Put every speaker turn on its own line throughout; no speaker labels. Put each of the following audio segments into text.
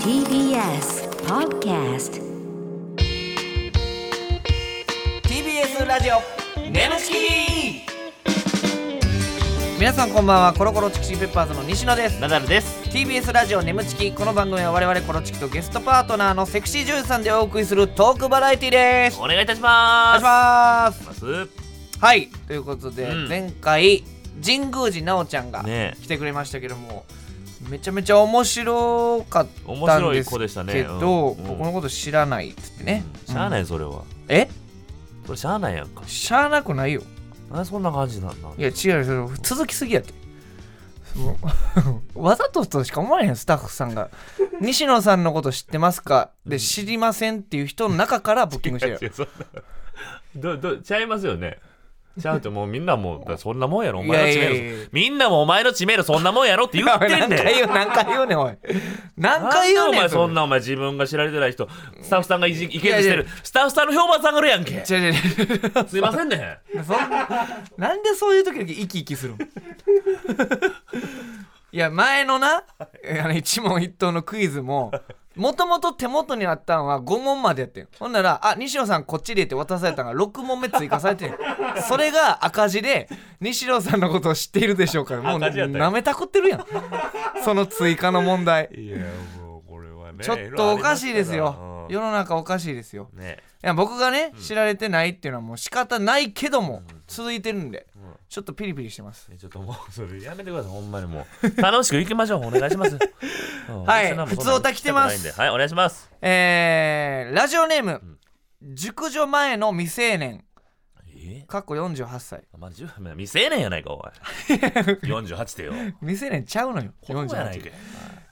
TBS Podcast
TBS ラジオネムチキ
皆さんこんばんはコロコロチキチキペッパーズの西野です
ナダルです
TBS ラジオ眠チキこの番組は我々コロチキとゲストパートナーのセクシー女優さんでお送りするトークバラエティです
お願いいたしま
お
す
願いしま
します
すはいということで、
うん
前回神宮寺奈緒ちゃんが
ねえ
来てくれましたけども、めちゃめちゃ面白かったん
面白
で
い
す
子でしたね
けど、
うんうん
僕のこと知らないっつってね、、
しゃあないいそれは
え
これしゃあないやんか
しゃあなくないよ
なんでそんな感じなんだ
いや違うよそれ続きすぎやってもう わざととしか思わへんスタッフさん が「西野さんのこと知ってますか?」で「知りません」っていう人の中からブッキングしてる
違うそんなどどちゃいますよねちゃうともうみんな もうだそんなもんやろお前の知名度
いやいやいや
みんなもお前の知名度そんなもんやろって言ってんね
何
ん
回言う何回言うねんおい何回言
なん
う
でお
ね
前
ん
そ
そ
ん
れ
なお前自分が知られてない人スタッフさんがいじいけずして
いやい
る
や
スタッフさんの評判下がるやんけ
違う違う違う
すいませんね
そんなんでそういう時だけ生き生きするの いや前のなあの一問一答のクイズももともと手元にあったんは5問までやってんほんなら「あ西野さんこっちで」って渡されたんが6問目追加されてんそれが赤字で「西野さんのことを知っているでしょうか」もう
赤字やったんや
なめたくってるやんその追加の問題
いやもうこれはね
ちょっとおかしいですよ世
よ
の中おかしいですよ
ね
いや僕がね、知られてないっていうのはもう仕方ないけども、続いてるんで、ちょっとピリピリしてます、
ちょっともうそれやめてくださいほんまにもう楽しく行きましょうお願いし ます、うん
はい
私なんもそんな
普通オタ来てます
来ないんではいお願いします
えー、ラジオネーム、熟女前の未成年
え
かっこ48歳
まあ、10まあ未成年やないか おい48でよ
未成年ちゃうのよ
子供やないか
48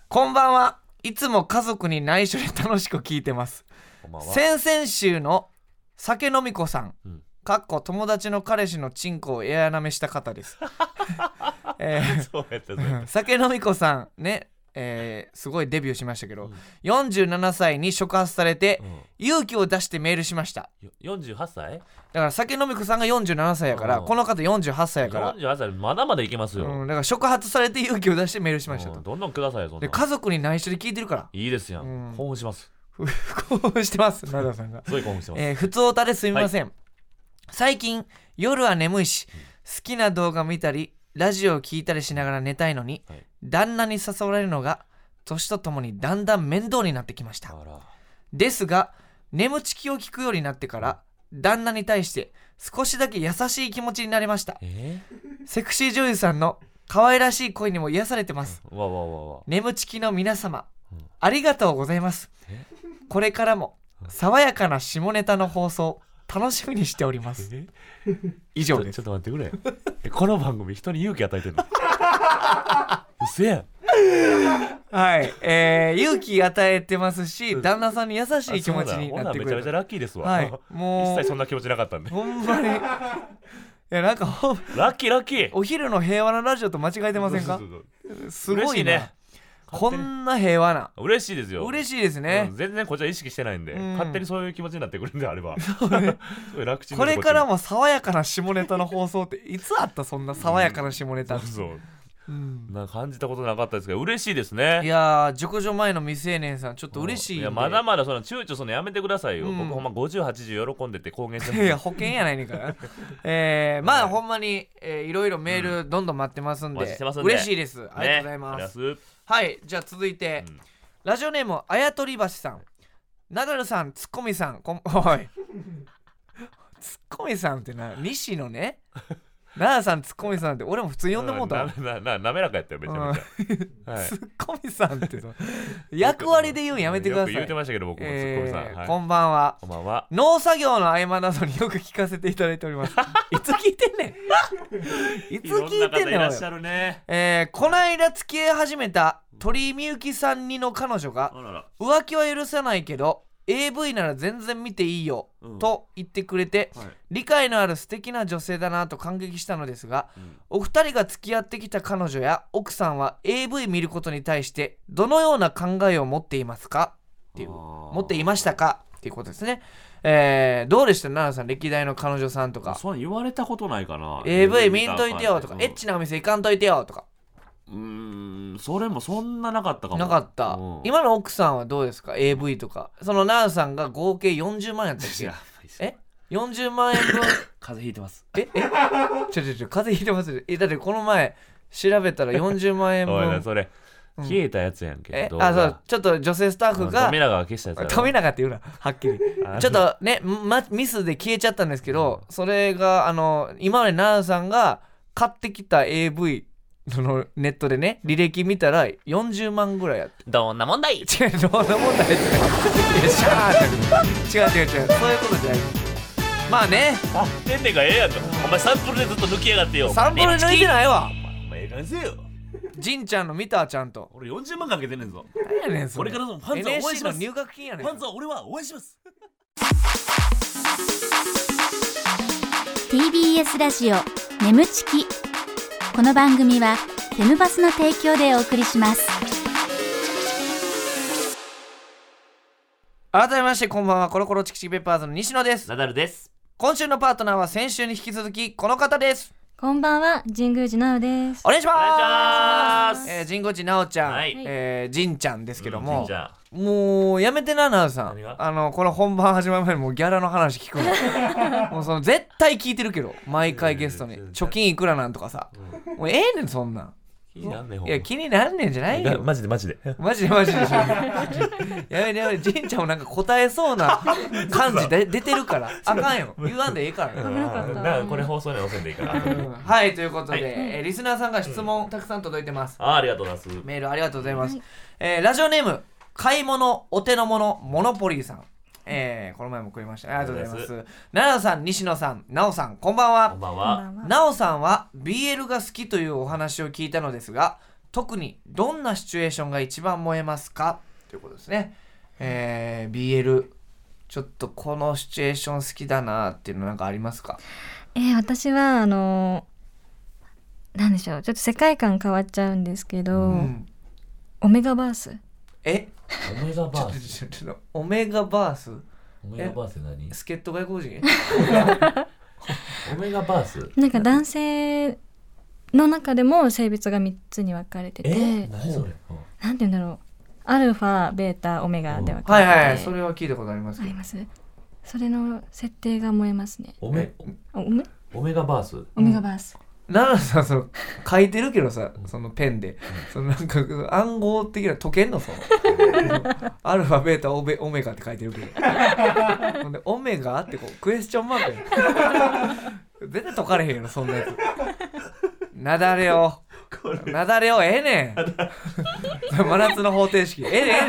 こんばんはいつも家族に内緒で楽しく聞いてます
こんばんは
先々週の酒飲み子さん、
うん
かっこ友達の彼氏のチンコをエアなめした方 です、えー
そうやったそうやっ
酒飲み子さんね、えーすごいデビューしましたけど、47歳に触発されて、勇気を出してメールしました
た、うん、48歳
だから酒飲み子さんが47歳やから、
うん
この方48歳やから、
48歳まだまだいけますよ、
うん、だから触発されて勇気を出してメールしました
うん
と
どんどんくださいよそんな
で
ん
家族に内緒で聞いてる から
いいですやん、
うん
興奮します
興奮してます奈良さんが
すごい興奮してます、
えー、普通おたですみません、最近夜は眠いし好きな動画見たりラジオを聞いたりしながら寝たいのに、
はい
旦那に誘われるのが年とともにだんだん面倒になってきました
あら
ですが眠ちきを聞くようになってから旦那に対して少しだけ優しい気持ちになりました
え
セクシー女優さんの可愛らしい声にも癒されてます
ー、わわわわ
眠ちきの皆様
うん
ありがとうございます
え
これからも爽やかな下ネタの放送楽しみにしており ます
え
以
ちょ
上です
ちょっと待ってくれ えこの番組人に勇気与えてんのうせやん
はいえー、勇気与えてますし旦那さんに優し
あ
い気持ちに
そう
なってく
ほめちゃめ
れ
ちゃ
る
ラッキーですわ、
はいもう
一切そんな気持ちなかったんで
ほんまにい やなんかほん
ラッキーラッキー
お昼の平和なラジオと間違えてませんか
そうそう
すご
嬉しい
い
ね
ねこんな平和な
そう嬉しいですよ
嬉
し
しいですね、
全然こっちは意識してないんで、
うん
勝手にそういう気持ちになってくるんであればすごい楽ちん
これから
も
も爽やかな下ネタの放送っていつあったそんな爽やかな下ネタ、
そう
うん
な感じたことなかったですけど嬉しいです ね
いやー熟女前の未成年さんちょっと嬉しいんで
いやまだまだその躊躇そのやめてくださいよ、
うん
僕ほんま5080喜んでって公言して
い
ま
や
す
保険やないねん からえー、まあ、
はい
ほんまに、えー、いろいろメールどんどん待ってますん
お待
で,、
ちしてますんで
嬉しいですありがとうございます、
ねありがとうござい
はいじゃあ続いて、
うん
ラジオネームあやとりばしさんナダルさんツッコミさんこ んおいツッコミさんってな西野ねナダルさんツッコミさんって俺も普通に呼んでもうたわ
ななな滑らかやったよめちゃめちゃ、はい
ツッコミさんってさ役割で言うんやめてくださ
よく言う
い
てましたけど僕もツッコミ
え
さん、は
ー
い
こんばんは
こんばんは
農作業の合間などによく聞かせていただいており ますいつ聞いてんねんいつ聞いてんねん
ろ
お
んな方いらっ
い
しゃるね
えー、こないだ付き合い始めた鳥居みゆきさんにの彼女が
あらら
浮気は許さないけど AV なら全然見ていいよ、
うん
と言ってくれて、
はい
理解のある素敵な女性だなと感激したのですが、
うん
お二人が付き合ってきた彼女や奥さんは AV 見ることに対してどのような考えを持っていますかっていう
あー
持っていましたかっていうことですね、えー、どうでした奈々さん歴代の彼女さんとか
そう言われたことないかな
AV 見んといてよとか、エッチ
な
なお店行かんといてよとか
うーんそれもそんななかったかも
なかった、
うん
今の奥さんはどうですか AV とかそのナウさんが合計40万円やったっ
や
け
ばいっす
え40万円 分
風邪ひいてます
ええちょちょちょ風邪ひいてますよえだってこの前調べたら40万円
おいな
分
それ
うん
消えたやつやんけ
え
動画
あそうちょっと女性スタッフが
富永が消したやつやろ
富永って言うなはっきり
あ
ちょっとね、ま、ミスで消えちゃったんですけど、それがあの今まで奈良さんが買ってきた AV そのネットでね履歴見たら40万ぐらいやって
どんな問題
違うどう なもんだよってシャーって違う違う違うそういうことじゃないまあね
あてんねんがええやんとお前サンプルでずっと抜きやがってよ
サンプル抜いてないわ
お前ええ感じせえよ
じんちゃんの見たちゃんと
俺40万かけてんねんぞ
何やねんそれ
これからのファンザ応援
NSC
し
の
ます
入学金やねん
まずは俺は応援します
TBS ラジオ眠ちきこの番組はテムバスの提供でお送りします
改めましてこんばんはコロコロチキチキペッパーズの西野です
ナダルです
今週のパートナーは先週に引き続きこの方です
こんばんは、神宮寺奈緒です。
お願いします
お願いします
えー、神宮寺奈緒ちゃん、
はい
えー、神ちゃんですけども、
じゃあ
もうやめてな奈緒さ
何
ん
が
あのこの本番始まる前にもうギャラの話聞くのもうその絶対聞いてるけど毎回ゲストに
いやいやいや
貯金いくらなんとかさ、もうええねんそんなん
いいなねほん
い
ま
や気になんねんじゃない
が
よ
マジでマジで
マジでマジでやめてやめて神ちゃんもなんか答えそうな感じで出てるからあかんよ言わんでええから
う
よ
んなこれ放送には載せんでいいから
うんはいということで、
はい
えーリスナーさんから質問たくさん届いてます
あーありがとうございます
メールありがとうございます、えーラジオネーム買い物お手の物モノポリーさんえーこの前も食いましたありがとうございま
あり
す
がとう
奈良さん西野さん奈緒さんこんばん
こ
は
んばん
こんば
は
んは。
奈緒さんは BL が好きというお話を聞いたのですが特にどんなシチュエーションが一番燃えますかということですねえー BL ちょっとこのシチュエーション好きだなっていうのなんかありますか
えー私はあのーなんでしょう、ちょっと世界観変わっちゃうんですけど、
うん
オメガバース。
え
オメガ
ちょ
バ
っと
ー
ち
ス
ょっとちょっとオメガバース
オメガバースって何
助っ人外国人
オメガバース
なんか男性の中でも性別が3つに分かれてて、
え何それうん
なんて言うんだろう、アルファ、ベータ、オメガで分か
は
れ
い
てて、
はい、それは聞いたことあります
あ
け
り
ど。
ます。それの設定が燃えますね。
オメ
あオメ
オメガバース
オメガバース。
奈良さん、その、書いてるけどさ、そのペンで、そのなんか、暗号的な、解けん のその、アルファ、ベータ、オベオメガって書いてるけど。ほんで、オメガってこう、クエスチョンマークやん絶対解かれへんよ、そんなやつ。なだれを。なだれを、ええねん。真夏の方程式。ええねん、ええ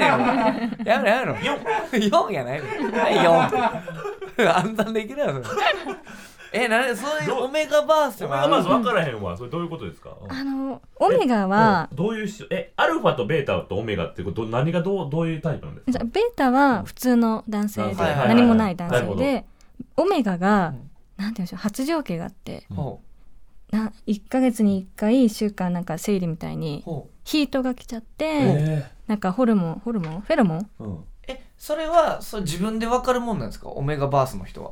ねん。やめろ、やめろ。4やないの。はい、4。暗算できるやろ、それ。え、なに、そういうオメガバース
オメ
も
ガバース分からへんわそれどういうことですか
あの、オメガは
う、んどういうしえアルファとベータとオメガってこと何がどうどういうタイプなんです
じゃ
か
あベータは普通の男性で
はい
はいはい
何もない男
なる
性
ほ
でオメガが
うん
なんて言うんでしょう発情期があって
ほ
な1ヶ月に1回1週間なんか生理みたいうに
ほう
ヒートが来ちゃって
え
なんかホルモンホルモンフェロモン
ーうん
えそれはそう自分で分かるもんなんですかオメガバースの人は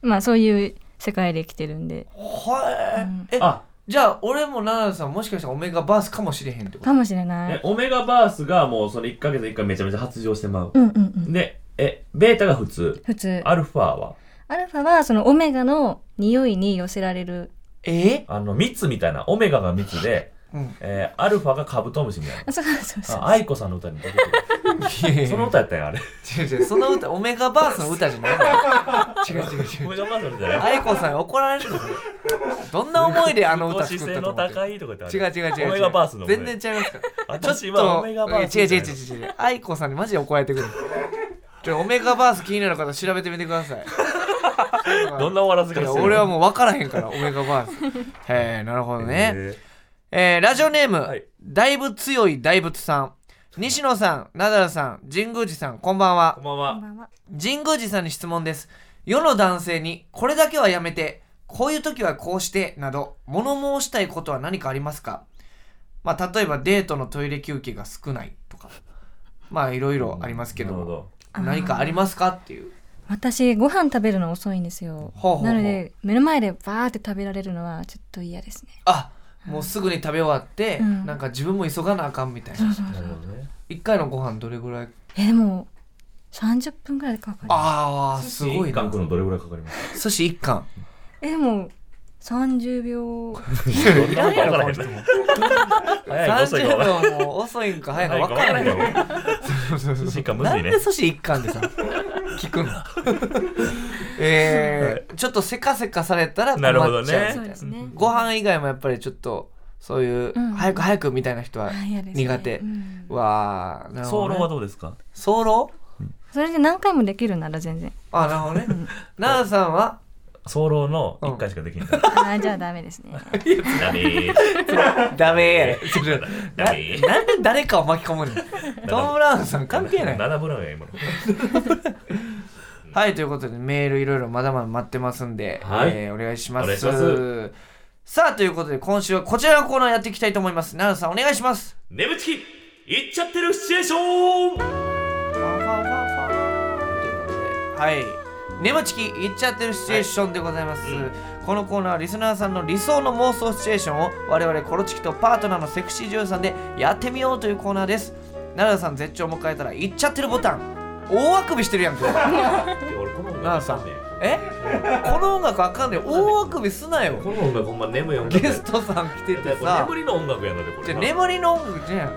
まあそういう世界で生きてるんで
は
うん
ええ
あ
じゃあ俺も奈々さんもしかしたらオメガバースかもしれへんってこと
かもしれな
え
い
オメガバースがもうその1ヶ月1回めちゃめちゃ発情してまう
うんうんうん
でえベータが普通
普通
アルファは
アルファはそのオメガの匂いに寄せられる
え
あの蜜みたいなオメガが蜜で、
うん
えーアルファがカブトムシみたいな
あそうそうそう
あ愛子さんの歌に出てく
いやいや
るその歌やったんやあれ
違う違うその歌オメガバースの歌じゃないの違う違う違
オ
う
メガバースの歌じゃない
愛子さんに怒られるのどんな思いであの歌作
姿
っ
勢
たと
の
思って
高いとかってあ
違う
る
違う違う違う
オメガバースの
全然違いますから
私
ちょっ
は
と
オメガバース
違う違う違う違う愛子さんにマジで怒られてくるちょオメガバース気になる方調べてみてください
どんな終わらせ
い
方
や
してる
俺はもう分からへん からオメガバースへえなるほどね
え
えーラジオネーム、
はい
だいぶ強い大仏さん西野さんナダルさん神宮寺さんこんばん
ーこ
は
んばんは
こんばんは
神宮寺さんに質問です世の男性にこれだけはやめてこういう時はこうしてなど物申したいことは何かありますかまあ例えばデートのトイレ休憩が少ないとかまあいろいろありますけど,、
なるほど
何かありますかっていう
私ご飯食べるの遅いんですよ
ほうほうほう
なので目の前でバーって食べられるのはちょっと嫌ですね
あもうすぐに食べ終わって、
うん
なんか自分も急がなあかんみたい
そう
な
そう
な
そ
る
う
ほどね
一回のご飯どれぐらい
えでも30分ぐらいかかる
ああすごい
一貫
な
食うのどれぐらいかかります
寿司一貫
えでも30秒
い
らんやろ
からへん
この人も
早い遅いか分
30秒も遅いんか早いんか 分からな
ら
い
へん
よ
や ろ寿司一貫む
な
ず
ん
い
で
ね
寿司一貫で さ聞くのえー、ちょっとせかせかされたら
なるほ
困っ
どね
ちゃうみたいな
そうですね
ご飯以外もやっぱりちょっとそういう、
うん
早く早くみたいな人は、
あ嫌ですね
苦手
うん
わあなる
早
ほど、ね、
漏はどうですか
早漏
それで何回もできるなら全 然
あなるほどね奈々さんは
早漏の一回しかできない
あーじゃあダメですね
ダメー
ダメーな
ダメー
なんで誰かを巻き込む のトム・ブラウンさん 関係ない
7分のや今の
はいということでメールいろいろまだまだ待ってますんで、
はい
えーお願いしま
お願い
す
しま
さあということで今週はこちらのコーナーやっていきたいと思います奈々さんお願いします
眠ちき行っちゃってるシチュエーション
はい眠ちきいっちゃってるシチュエーションでございます、このコーナーはリスナーさんの理想の妄想シチュエーションを我々コロチキとパートナーのセクシー女優さんでやってみようというコーナーです奈良さん絶頂を迎えたらいっちゃってるボタン大あくびしてるやんけ
俺この音
なあ
楽
さん
ね
えこの音楽あかんで大あくびすなよ
この音楽ほんま眠い音
ゲ
楽
ストさん来ててさ
眠りの音楽やのでこ
じ
れ
ゃあ眠りの音楽じゃん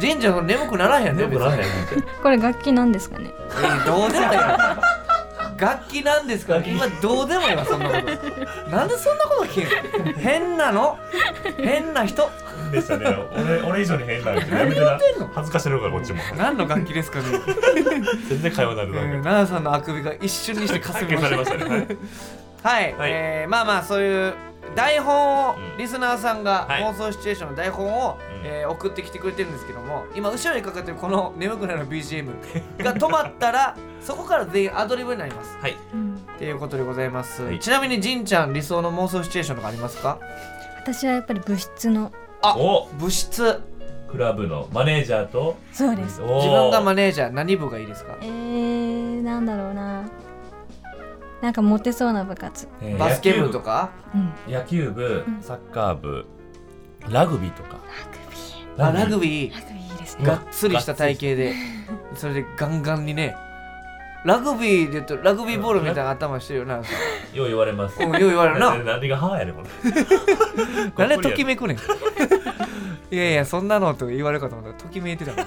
神社の眠くならへんね
眠くならへんねんて
これ楽器なんですかね
えーどうでもいいわ楽器なんですから今どうでもいいわそんなことなんでそんなこと聞けんの変なの変な人
でしたね。俺俺以上に変なやつやめて
何や
な
ってんの。
恥ずかしいのからこっちも。
何の楽器ですか ね
全然会話になる
え
な
ー
んか。
奈々さんのあくびが一瞬にしてかす
発
み
見
ま
されま
し
したたね。はい
はい、
はい
えーまあまあそういう台本を
うん
リスナーさんが
はい
放送シチュエーションの台本を、
うん
えー送ってきてくれてるんですけども今後ろにかかってるこの 「眠くなる BGM」が止まった らそこから全員アドリブになります
はい。
っていうことでございます、
はい
ちなみにじんちゃん理想の妄想シチュエーションとかありますか
私はやっぱり部室の
あ
お
部室
クラブのマネージャーと
そうです
お
自分がマネージャー何部がいいですか
えー、なんだろうななんかモテそうな部活
えー
バスケ部とか
うん
野球部
うん
サッカー部ラグビーとか。
ラグビー
あラグビ
ラグビーいいです
う
ね
ー
ん
がっつりした体型でそれでガンガンにねラグビーで言うとラグビーボールみたいな頭してるよな
ーよう言われます。
うんよう言われるな
何がハーやね んこ
な
れ。
んでときめく ねんいやいやそんなのとか言われるかと思ったらときめいてたも ん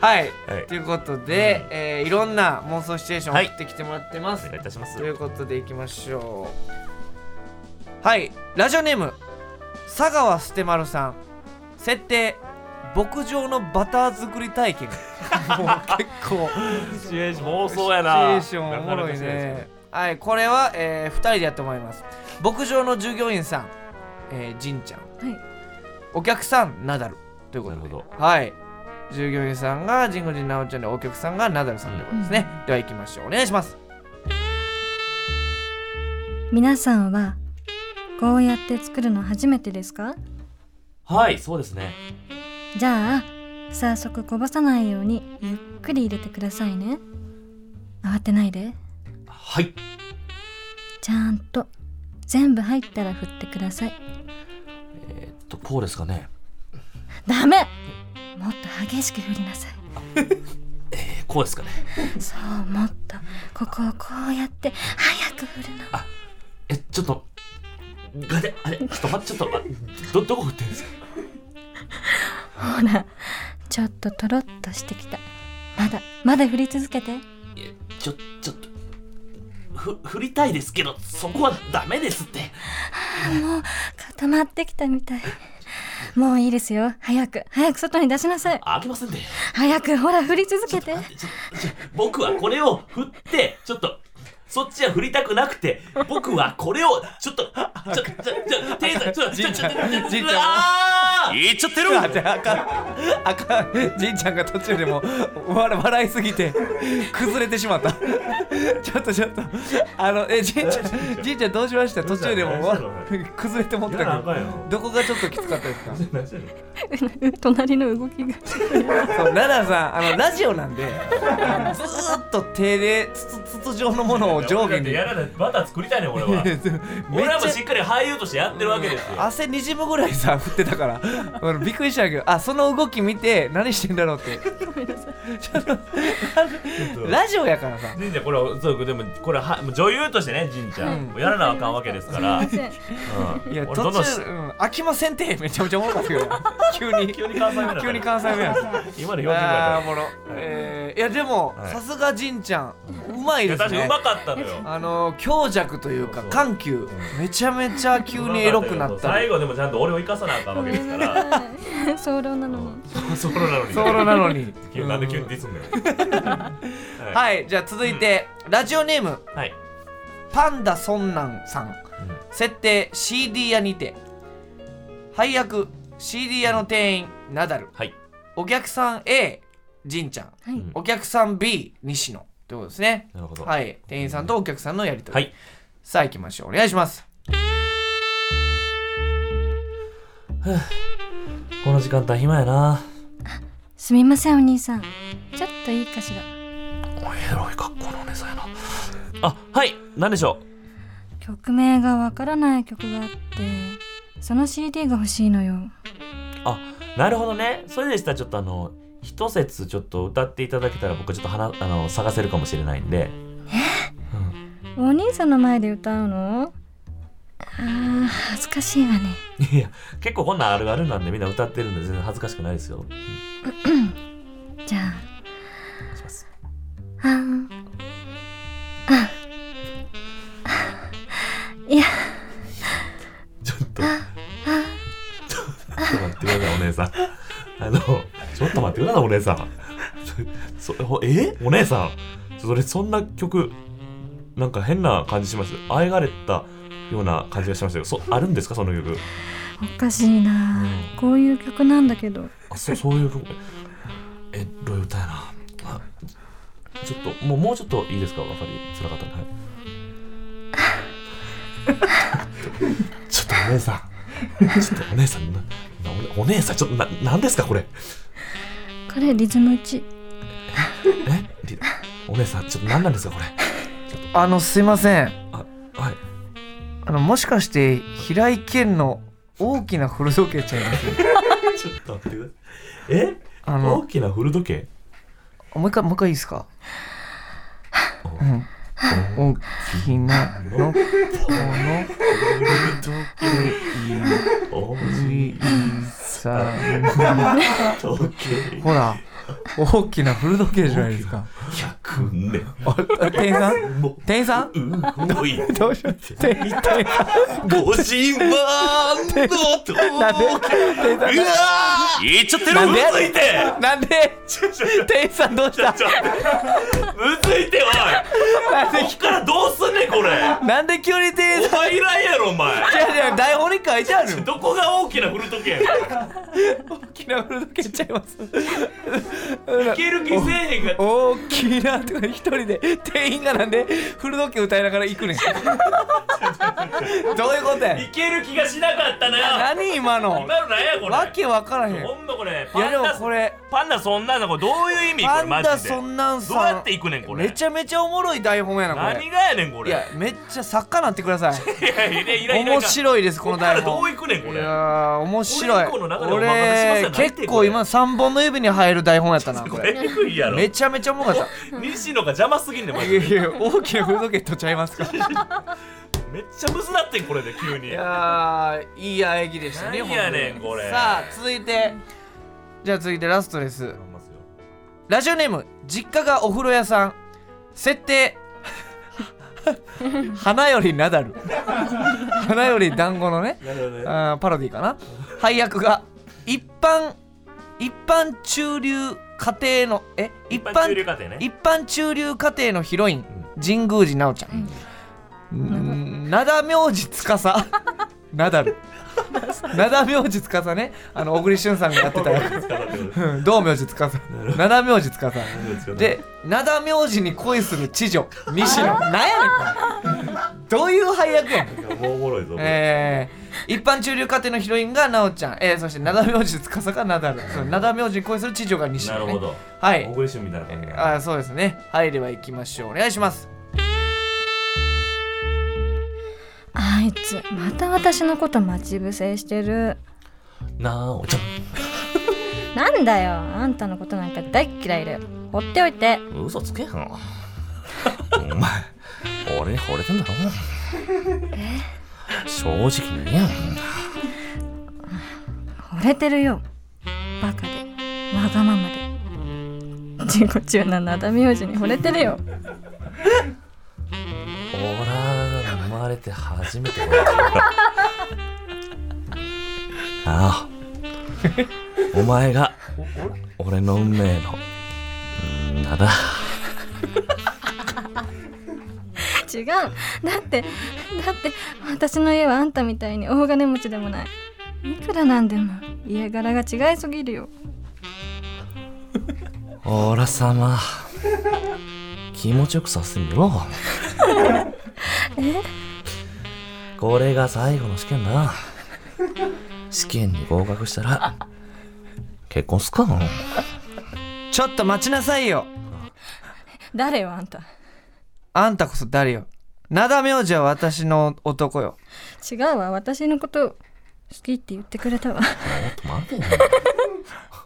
はい
はい
ということで、えーいろんな妄想シチュエーション
はい
送ってきてもらってま
お
す、
願いいたします
とい。うことでいきましょうはいラジオネーム佐川捨丸さん設定牧場のバター作り体 験もう結構
シチュエーション妄想や
シ
な。
チュエーションおもろい
なかなかシチュエーション
ね。はいこれは、え2人でやってもらいます牧場の従業員さんえー、じんちゃん
はい
お客さんナダルということで
なるほ
はい従業員さんがジンゴジンナオちゃんでお客さんがナダルさんということですね、では行きましょうお願いします
皆さんはこうやって作るの初めてですか
はい、そうですね。
じゃあ早速こぼさないようにゆっくり入れてくださいね慌てないで
はい。
ちゃんと全部入ったら振ってください
えーっとこうですかね。
ダメもっと激しく振りなさい
えーこうですかね。
そうもっとここをこうやって早く振るの
えちょっとガテあれちょっと待ってちょっとあどどこ振ってるんですか
ほらちょっととろっとしてきたまだまだ振り続けて
いやちょちょっとふ振りたいですけどそこはダメですって
固まってきたみたいもういいですよ早く早く外に出しなさい
ああきませんで、ね、
早くほら振り続けて
ちょちょ僕はこれを振ってちょっとそっちは振りたくなくて僕はこれをちょっとちょちょちょ手がちょち
じ
ょちょちょちょ
いちゃん
あー言っちゃって る
あじゃああかんあかんじいちゃんが途中でもうわ笑いすぎて崩れてしまった ちょっとちょっとあのえじいち ゃんじいちゃんどうしました途中でもうわ 崩れてもったけ
やらなあかんや
ど
ろ
どこがちょっときつかったですかそう
隣の動きが
奈々さんあのラジオなんでずーっと手でつつつ筒状のものを上下に
俺だってやらないまた作りたいね俺 は
めっ
俺らも
ち
しっかり俳優としてやってるわけですよ
ゃ汗にじむぐらいさ振ってたから俺びっくりしたけどあその動き見て何してんだろうってラジオやからさ
じんちゃんこれそうでもこれはもう女優としてねじんちゃん、もうやらなあかんわけですから、うん、
すいません
いや
俺
途
どんどん
中、うん、飽きませんってめちゃめちゃおもろかったけど急に
急に関西弁だった
急に関西弁やった
今の表現
あーお
が
もろえーいやでも
はい
さすがじんちゃんうまい
いや
です
確かに
ね
うまかったのよ
あのー強弱というか
そうそう
緩急めちゃめちゃ急にエロくなった
最後でもちゃんと俺を生かさなあかんわけですから
はい 早漏なのに
ソロなのに
ソロなのに
急なんで急にディスんのよい
はいじゃあ続いてラジオネーム
はい
パンダソンナンさん、設定 CD 屋にて配役 CD 屋の店員ナダル
はい
お客さん A ジンちゃん
はい
ん
お客さん B 西野ということですね
なるほど、
はいい店員さんとお客さんのやりとり、
はい、
さあ行きましょうお願いします
この時間帯暇やな
すみませんお兄さんちょっといいかしら
エロい格好のお姉さんやなあはい何でしょ
曲名がわからない曲があってその CD が欲しいのよ
うあなるほどねそれでしたらちょっとあの一節ちょっと歌っていただけたら僕ちょっとはなあの探せるかもしれないんで
お兄さんの前で歌うのあー恥ずかしいわね
いや結構こんなんあるあるなんでみんな歌ってるんで全然恥ずかしくないですよ
じゃあ
お願いします
あんあいや
ちょっと。ちょっと待ってください、お姉さん。あの、ちょっと待ってください、お姉さん。そそほえお姉さん。それ、そんな曲、なんか変な感じします。あえがれたような感じがしましたけど、そあるんですか、その曲。
おかしいなこういう曲なんだけど
あそそういう曲。え、どういう歌やな。あちょっと、もうもうちょっといいですか、わかりづらかったんではい。 ちょっとお姉さん。ちょっとお姉さん、ななおお姉さん、ちょっとな、なんですか、これ。
これリズム打ち
えりお姉さん、ちょっと何なんですか、これ。
あのすいません
はい。
あのもしかして平井堅の大きな古時計ちゃいます
ちょっと待ってください。え
あ
大
の
きな古時計
もう一回もう一回いいですか、うん、大きなのこの
お
古時計さ
時計
ほら大きな古時計じゃないですか
100年
ああ店員さん
も
店員さん
う動い
どうしよう店員店員さん
ご自慢の時計
なんで店員さん
うわーいっちゃってる
なん
む
で
ずいて
なんで
ちょちょ
店員さんどうした
ちょむずいてお
なんで
いこっからどうすんねんこれ
なんで急に店員
お
さん
前いらんやろお前
いやいや台本に書いてあるよ
どこが大きな古時計やねん
大きな古時計ちゃいます
いける気せえへんが
大きなとか一人で店員がなんで古時計歌いながら行くねん どういうことや
いける気がしなかったな
何今の
今のなんやこれ
わけわからへんい
ほんまこれパ
や
ン
でも
ダ
これ
パンダそんなんだこれどういう意味こ
パ
れ
ン
マ
ダ
ジで
そ
ど
んなん
うや
さ
っていくねんこれ
めちゃめちゃおもろい台本やなこれ
何がやねんこ
い
れ
やめっちゃ作家なってください
いやいやいやいや
面白いですこ
こ
の
の台
台
本ど
本
ういくねんこ
い
れ
やー面白い
俺以降の中でお任せし
俺
ますよ
結構今3本の指に入る台本やったな こ
こ
れ
れえぐいやろ
めちゃめちゃおもろかっ
西野が邪 魔すぎんねんマ
た
ジ
いや
で
いや大きな古時計とちゃいますかい
めっちゃむずなってんこれで急に
やーいい喘ぎでしたね
何やねんこれ
さあ続いてじゃあ続いてラストです
ほんますよ
ラジオネーム実家がお風呂屋さん設定花よりナダル花より団子のね
なるほどね
あーパロディかな配役が一般一般中流家庭のえ一
一般中流
般
家庭ね
一般中流家庭のヒロイン
う
神宮寺奈緒ちゃんうーん灘明治つかさ ナダ ル灘明治つかさねあの小栗旬さんがやってた やつうん道明寺つかさ灘明治つかさ で灘明治に恋する知女西野なんやねんこれどういう配役やねん
もうおもろいぞこれ
えー、一般中流家庭のヒロインが奈緒ちゃん、えー、そして灘明治司がナダルそう灘明治に恋する知女が西野、
な
ね、
るほど
は
小
い
栗旬みたいな感じ
あーそうですね入ればいきましょうお願いします
あいつまた私のこと待ち伏せしてる
なおちゃ
なんだよあんたのことなんか大っ嫌いだよ放っておいて
ん嘘つ けよお前俺に惚れてんだろ正直に言えよ
惚れてるよバカでわがままで自己中ななだ名字に惚れてるよ
オーラが生まれて初めて分かったああお前が俺の運命のうんなだ
違うだってだって私の家はあんたみたいに大金持ちでもないいくらなんでも家柄が違いすぎるよ
オーラ様気持ちよくさせてみろこれが最後の試験だ試験に合格したら結婚すっか
ちょっと待ちなさいよ
誰よあんた
あんたこそ誰よなだ名字は私の男よ
違うわ私のこと好きって言ってくれたわ
待てよ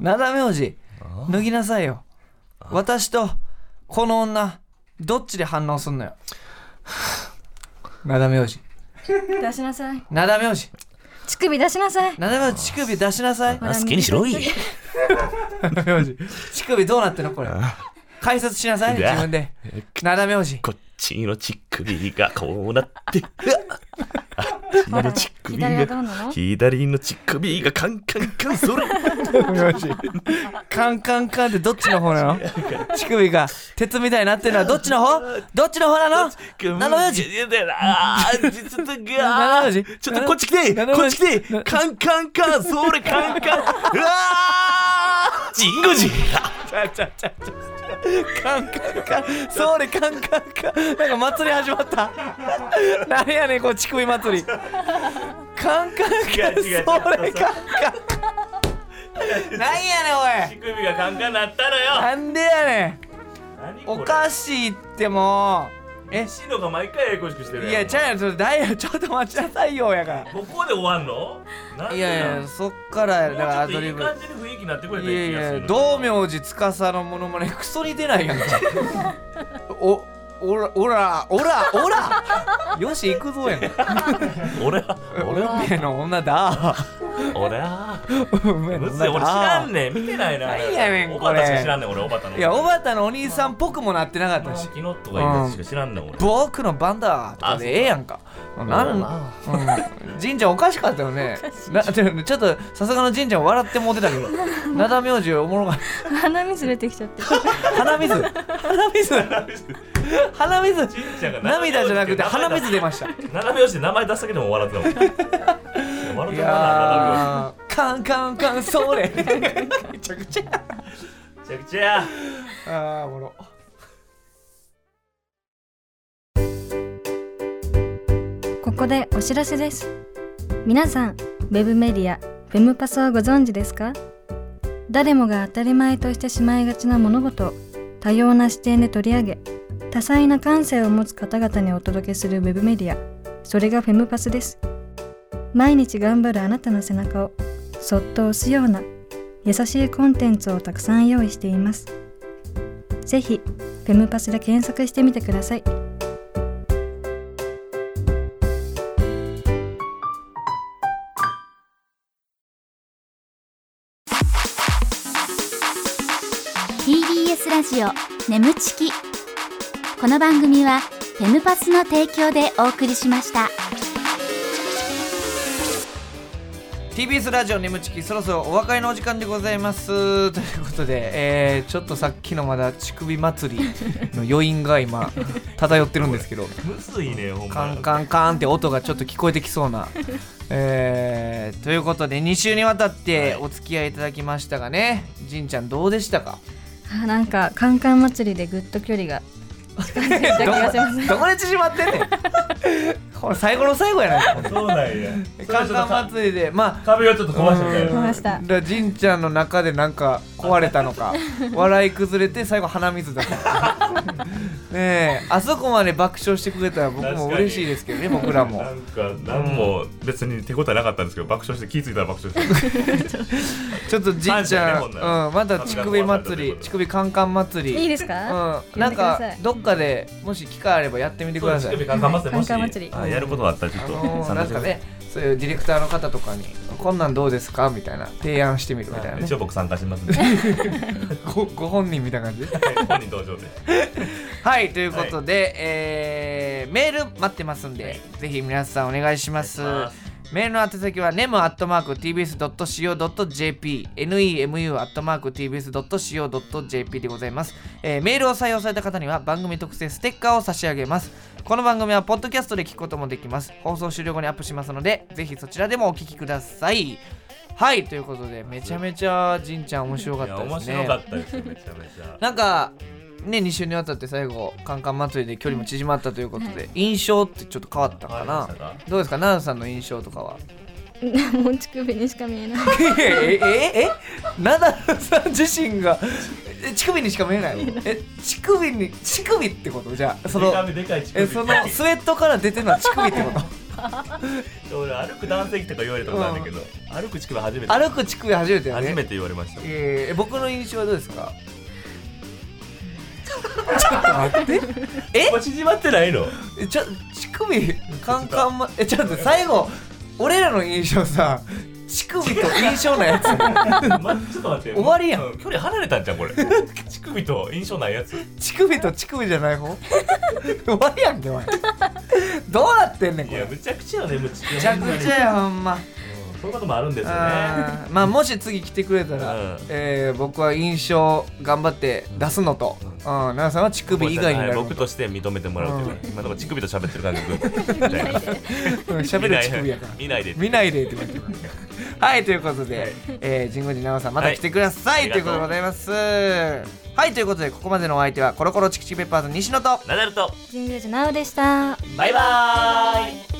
なだ名字
あ
脱ぎなさいよ私とこの女どっちで反応す んのよなだ名字
出しなさい
なだ名字
乳首出しなさい
なだ名字乳首出しな さい
ほら
好きにしろい
見て
なだ名字乳首どうなってんのこれ解説しなさい自分でなだ名字
こっちの乳首がこうなって
ほら
乳首
左はどうな
が
の
左の乳首がカンカンカンそれ
カンカンカンってどっちの方なの乳首が鉄みたいになってるのはどっちの方どっちの方なのなだ名字
あーちょっと
なだ
が
名字
ちょっとこっち来て
なだ名字
こっち来て
な
カンカンカンそれカンカンうわージンゴジン
ちゃうちゃうちゃうちゃうカンカンカンそれカンカンカンなんか祭り始まった何やねんこの乳首祭りカンカンカンそ
違う違う違
れカン
う
カンカン何やねんおい
首がカンカンなったのよ
なんでやねんおかしいってもうえ
しいのが毎回ややこしくして
いやちゃうやんそれダイヤちょっと待ちなさいよやか
ここで終わんのなん
ら
で
いやいやそっからやだからアドリブ
じに雰囲気になってく
いやいや
ど
道明寺司のモノマネクソに出ないや んかおおらおらおらおらよし行くぞやん
俺は
俺
俺は
運命の女だ
俺は
運命の
むず
女
い
だ
俺知らんねん見てないな
なんやねん
お
こ
ば
れ
たしか知らんねん俺おばたの
いやおばたのお兄さんっぽくもなってなかったし
キノットがいるやつしか知らんねん俺
僕の番だとかでええやんかなん
な
うん神ちゃんおかしかったよねなでもちょっとさすがの神ちゃん笑ってもうてたけどなだ名字おもろかっ
鼻水出てきちゃって
た鼻水鼻水鼻水涙じゃなくて鼻水出ました
斜め押して名前出すだけでも笑ってたもん
い
いや笑ってたな
やーカンカンカンそれめちゃくちゃ
斜め押しめちゃくちゃ
あーおもろ
ここでお知らせです皆さんウェブメディアフェムパスをご存知ですか誰もが当たり前としてしまいがちな物事を多様な視点で取り上げ多彩な感性を持つ方々にお届けするウェブメディアそれがフェムパスです毎日頑張るあなたの背中をそっと押すような優しいコンテンツをたくさん用意していますぜひフェムパスで検索してみてください
TBS ラジオ眠ちきこの番組はフェムパスの提供でお送りしました
TBS ラジオ眠ちきそろそろお別れのお時間でございますということで、えー、ちょっとさっきのまだ乳首祭りの余韻が今漂ってるんですけど
むずいねほんま
カンカンカンって音がちょっと聞こえてきそうなえー、ということで2週にわたってお付き合いいただきましたがねじんちゃんどうでしたか
あなんかカンカン祭りでぐっと距離が近づいた気がしま す
どこで縮まってん ねんこれ最後の最後やないか
そうなんや
カンカン祭りでまあ
壁をちょっと壊してみたい
うん
な
ました
だじんちゃんの中でなんか壊れたのか笑い崩れて最後鼻水だったねえあそこまで爆笑してくれたら僕も嬉しいですけどね僕らも
なんか何も別に手応えなかったんですけど爆笑して気づいたら爆笑 して
ちょっとじい
感
ちゃ
謝ね
ん、
ほんなら
うん、まだ乳首祭り乳首カンカン祭り
いいですか、
うん、なん
やってくだ
か
さい
どっかでもし機会あればやってみてください
カンカン祭りもし
カンカン祭り
あやることがあったらちょっ
あ
と
のー、
参
なん
加して
か
ください
ねそういうディレクターの方とかに「こんなんどうですか?」みたいな提案してみるみたいなね
一応僕参加します んで
ごご本人みたいな感 じで
本人登場で
はいということで、えーメール待ってますんで、ぜひ皆さんお願いします
お願いし
メールの宛先は nemu.tbs.co.jp nemu.tbs.co.jp でございます、えーメールを採用された方には番組特製ステッカーを差し上げますこの番組はポッドキャストで聞くこともできます放送終了後にアップしますのでぜひそちらでもお聞きくださいはいということでめちゃめちゃじんちゃん面白かっ
い
た
や
ですね
面白かったですよめちゃめちゃ
なんかね2週にわたって最後カンカン祭りで距離も縮まったということで、印象ってちょっと変わったか
変わ
な
りましたか
どうですか奈々さんの印象とかは
もう乳首にしか見えない
ええええ奈々さん自身がえ乳首にしか見えないえ乳首に乳首ってことじゃあその
でかめでかい乳首
えそのスウェットから出てるのは乳首ってこと
俺歩く男性器とか言われたことあるんだけど、歩く乳首初めて
歩く乳首初めてよね
初めて言われました
えー、僕の印象はどうですかちょっと待ってえ
もう縮まってないの
えちょ乳首カンカンまえちょっと待って最後俺らの印象さ乳首と印象のやつ
まちょっと待って
終わりやん
う距離離れたんじゃん これ乳首と印象ないやつ
乳首と乳首じゃない方終わりやんけお前どうなってんねん
い
こ
や
れ
むちゃくちゃよねむち
めちゃくちゃやほんま
うんそういうこともあるんですよね
あーまあもし次来てくれたら、
うん
えー僕は印象頑張って出すのと、うん奈々さんは乳首以外になるの
僕として認めてもらうというか、今のところ乳首と喋ってる感覚みたい な
うん喋る乳首やから
見ないで
見ないでって言われてますはいということで、えー、神宮寺奈々さんまた来てください、
はい
ということでございますはいということでここまでのお相手はコロコロチキチキペッパーズ西野と
ナダルと
神宮寺奈緒でした
バイバーイ